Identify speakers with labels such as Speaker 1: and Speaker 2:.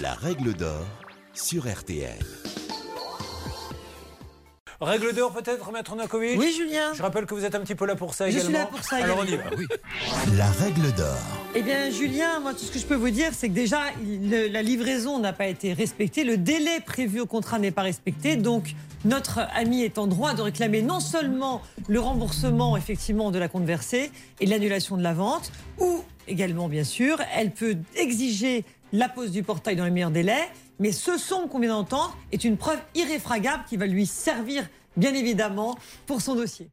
Speaker 1: La règle d'or sur RTL.
Speaker 2: Règle d'or peut-être, Maître Nakovic
Speaker 3: Oui, Julien.
Speaker 2: Je rappelle que vous êtes un petit peu là pour ça
Speaker 3: Je
Speaker 2: également.
Speaker 3: suis là pour ça
Speaker 2: Alors on y
Speaker 3: également.
Speaker 2: va.
Speaker 1: La règle d'or.
Speaker 3: Eh bien, Julien, moi, tout ce que je peux vous dire, c'est que déjà, il- le- la livraison n'a pas été respectée. Le délai prévu au contrat n'est pas respecté. Donc, notre ami est en droit de réclamer non seulement le remboursement, effectivement, de la compte versée et l'annulation de la vente, ou également, bien sûr, elle peut exiger la pose du portail dans les meilleurs délais. Mais ce son qu'on vient d'entendre est une preuve irréfragable qui va lui servir, bien évidemment, pour son dossier.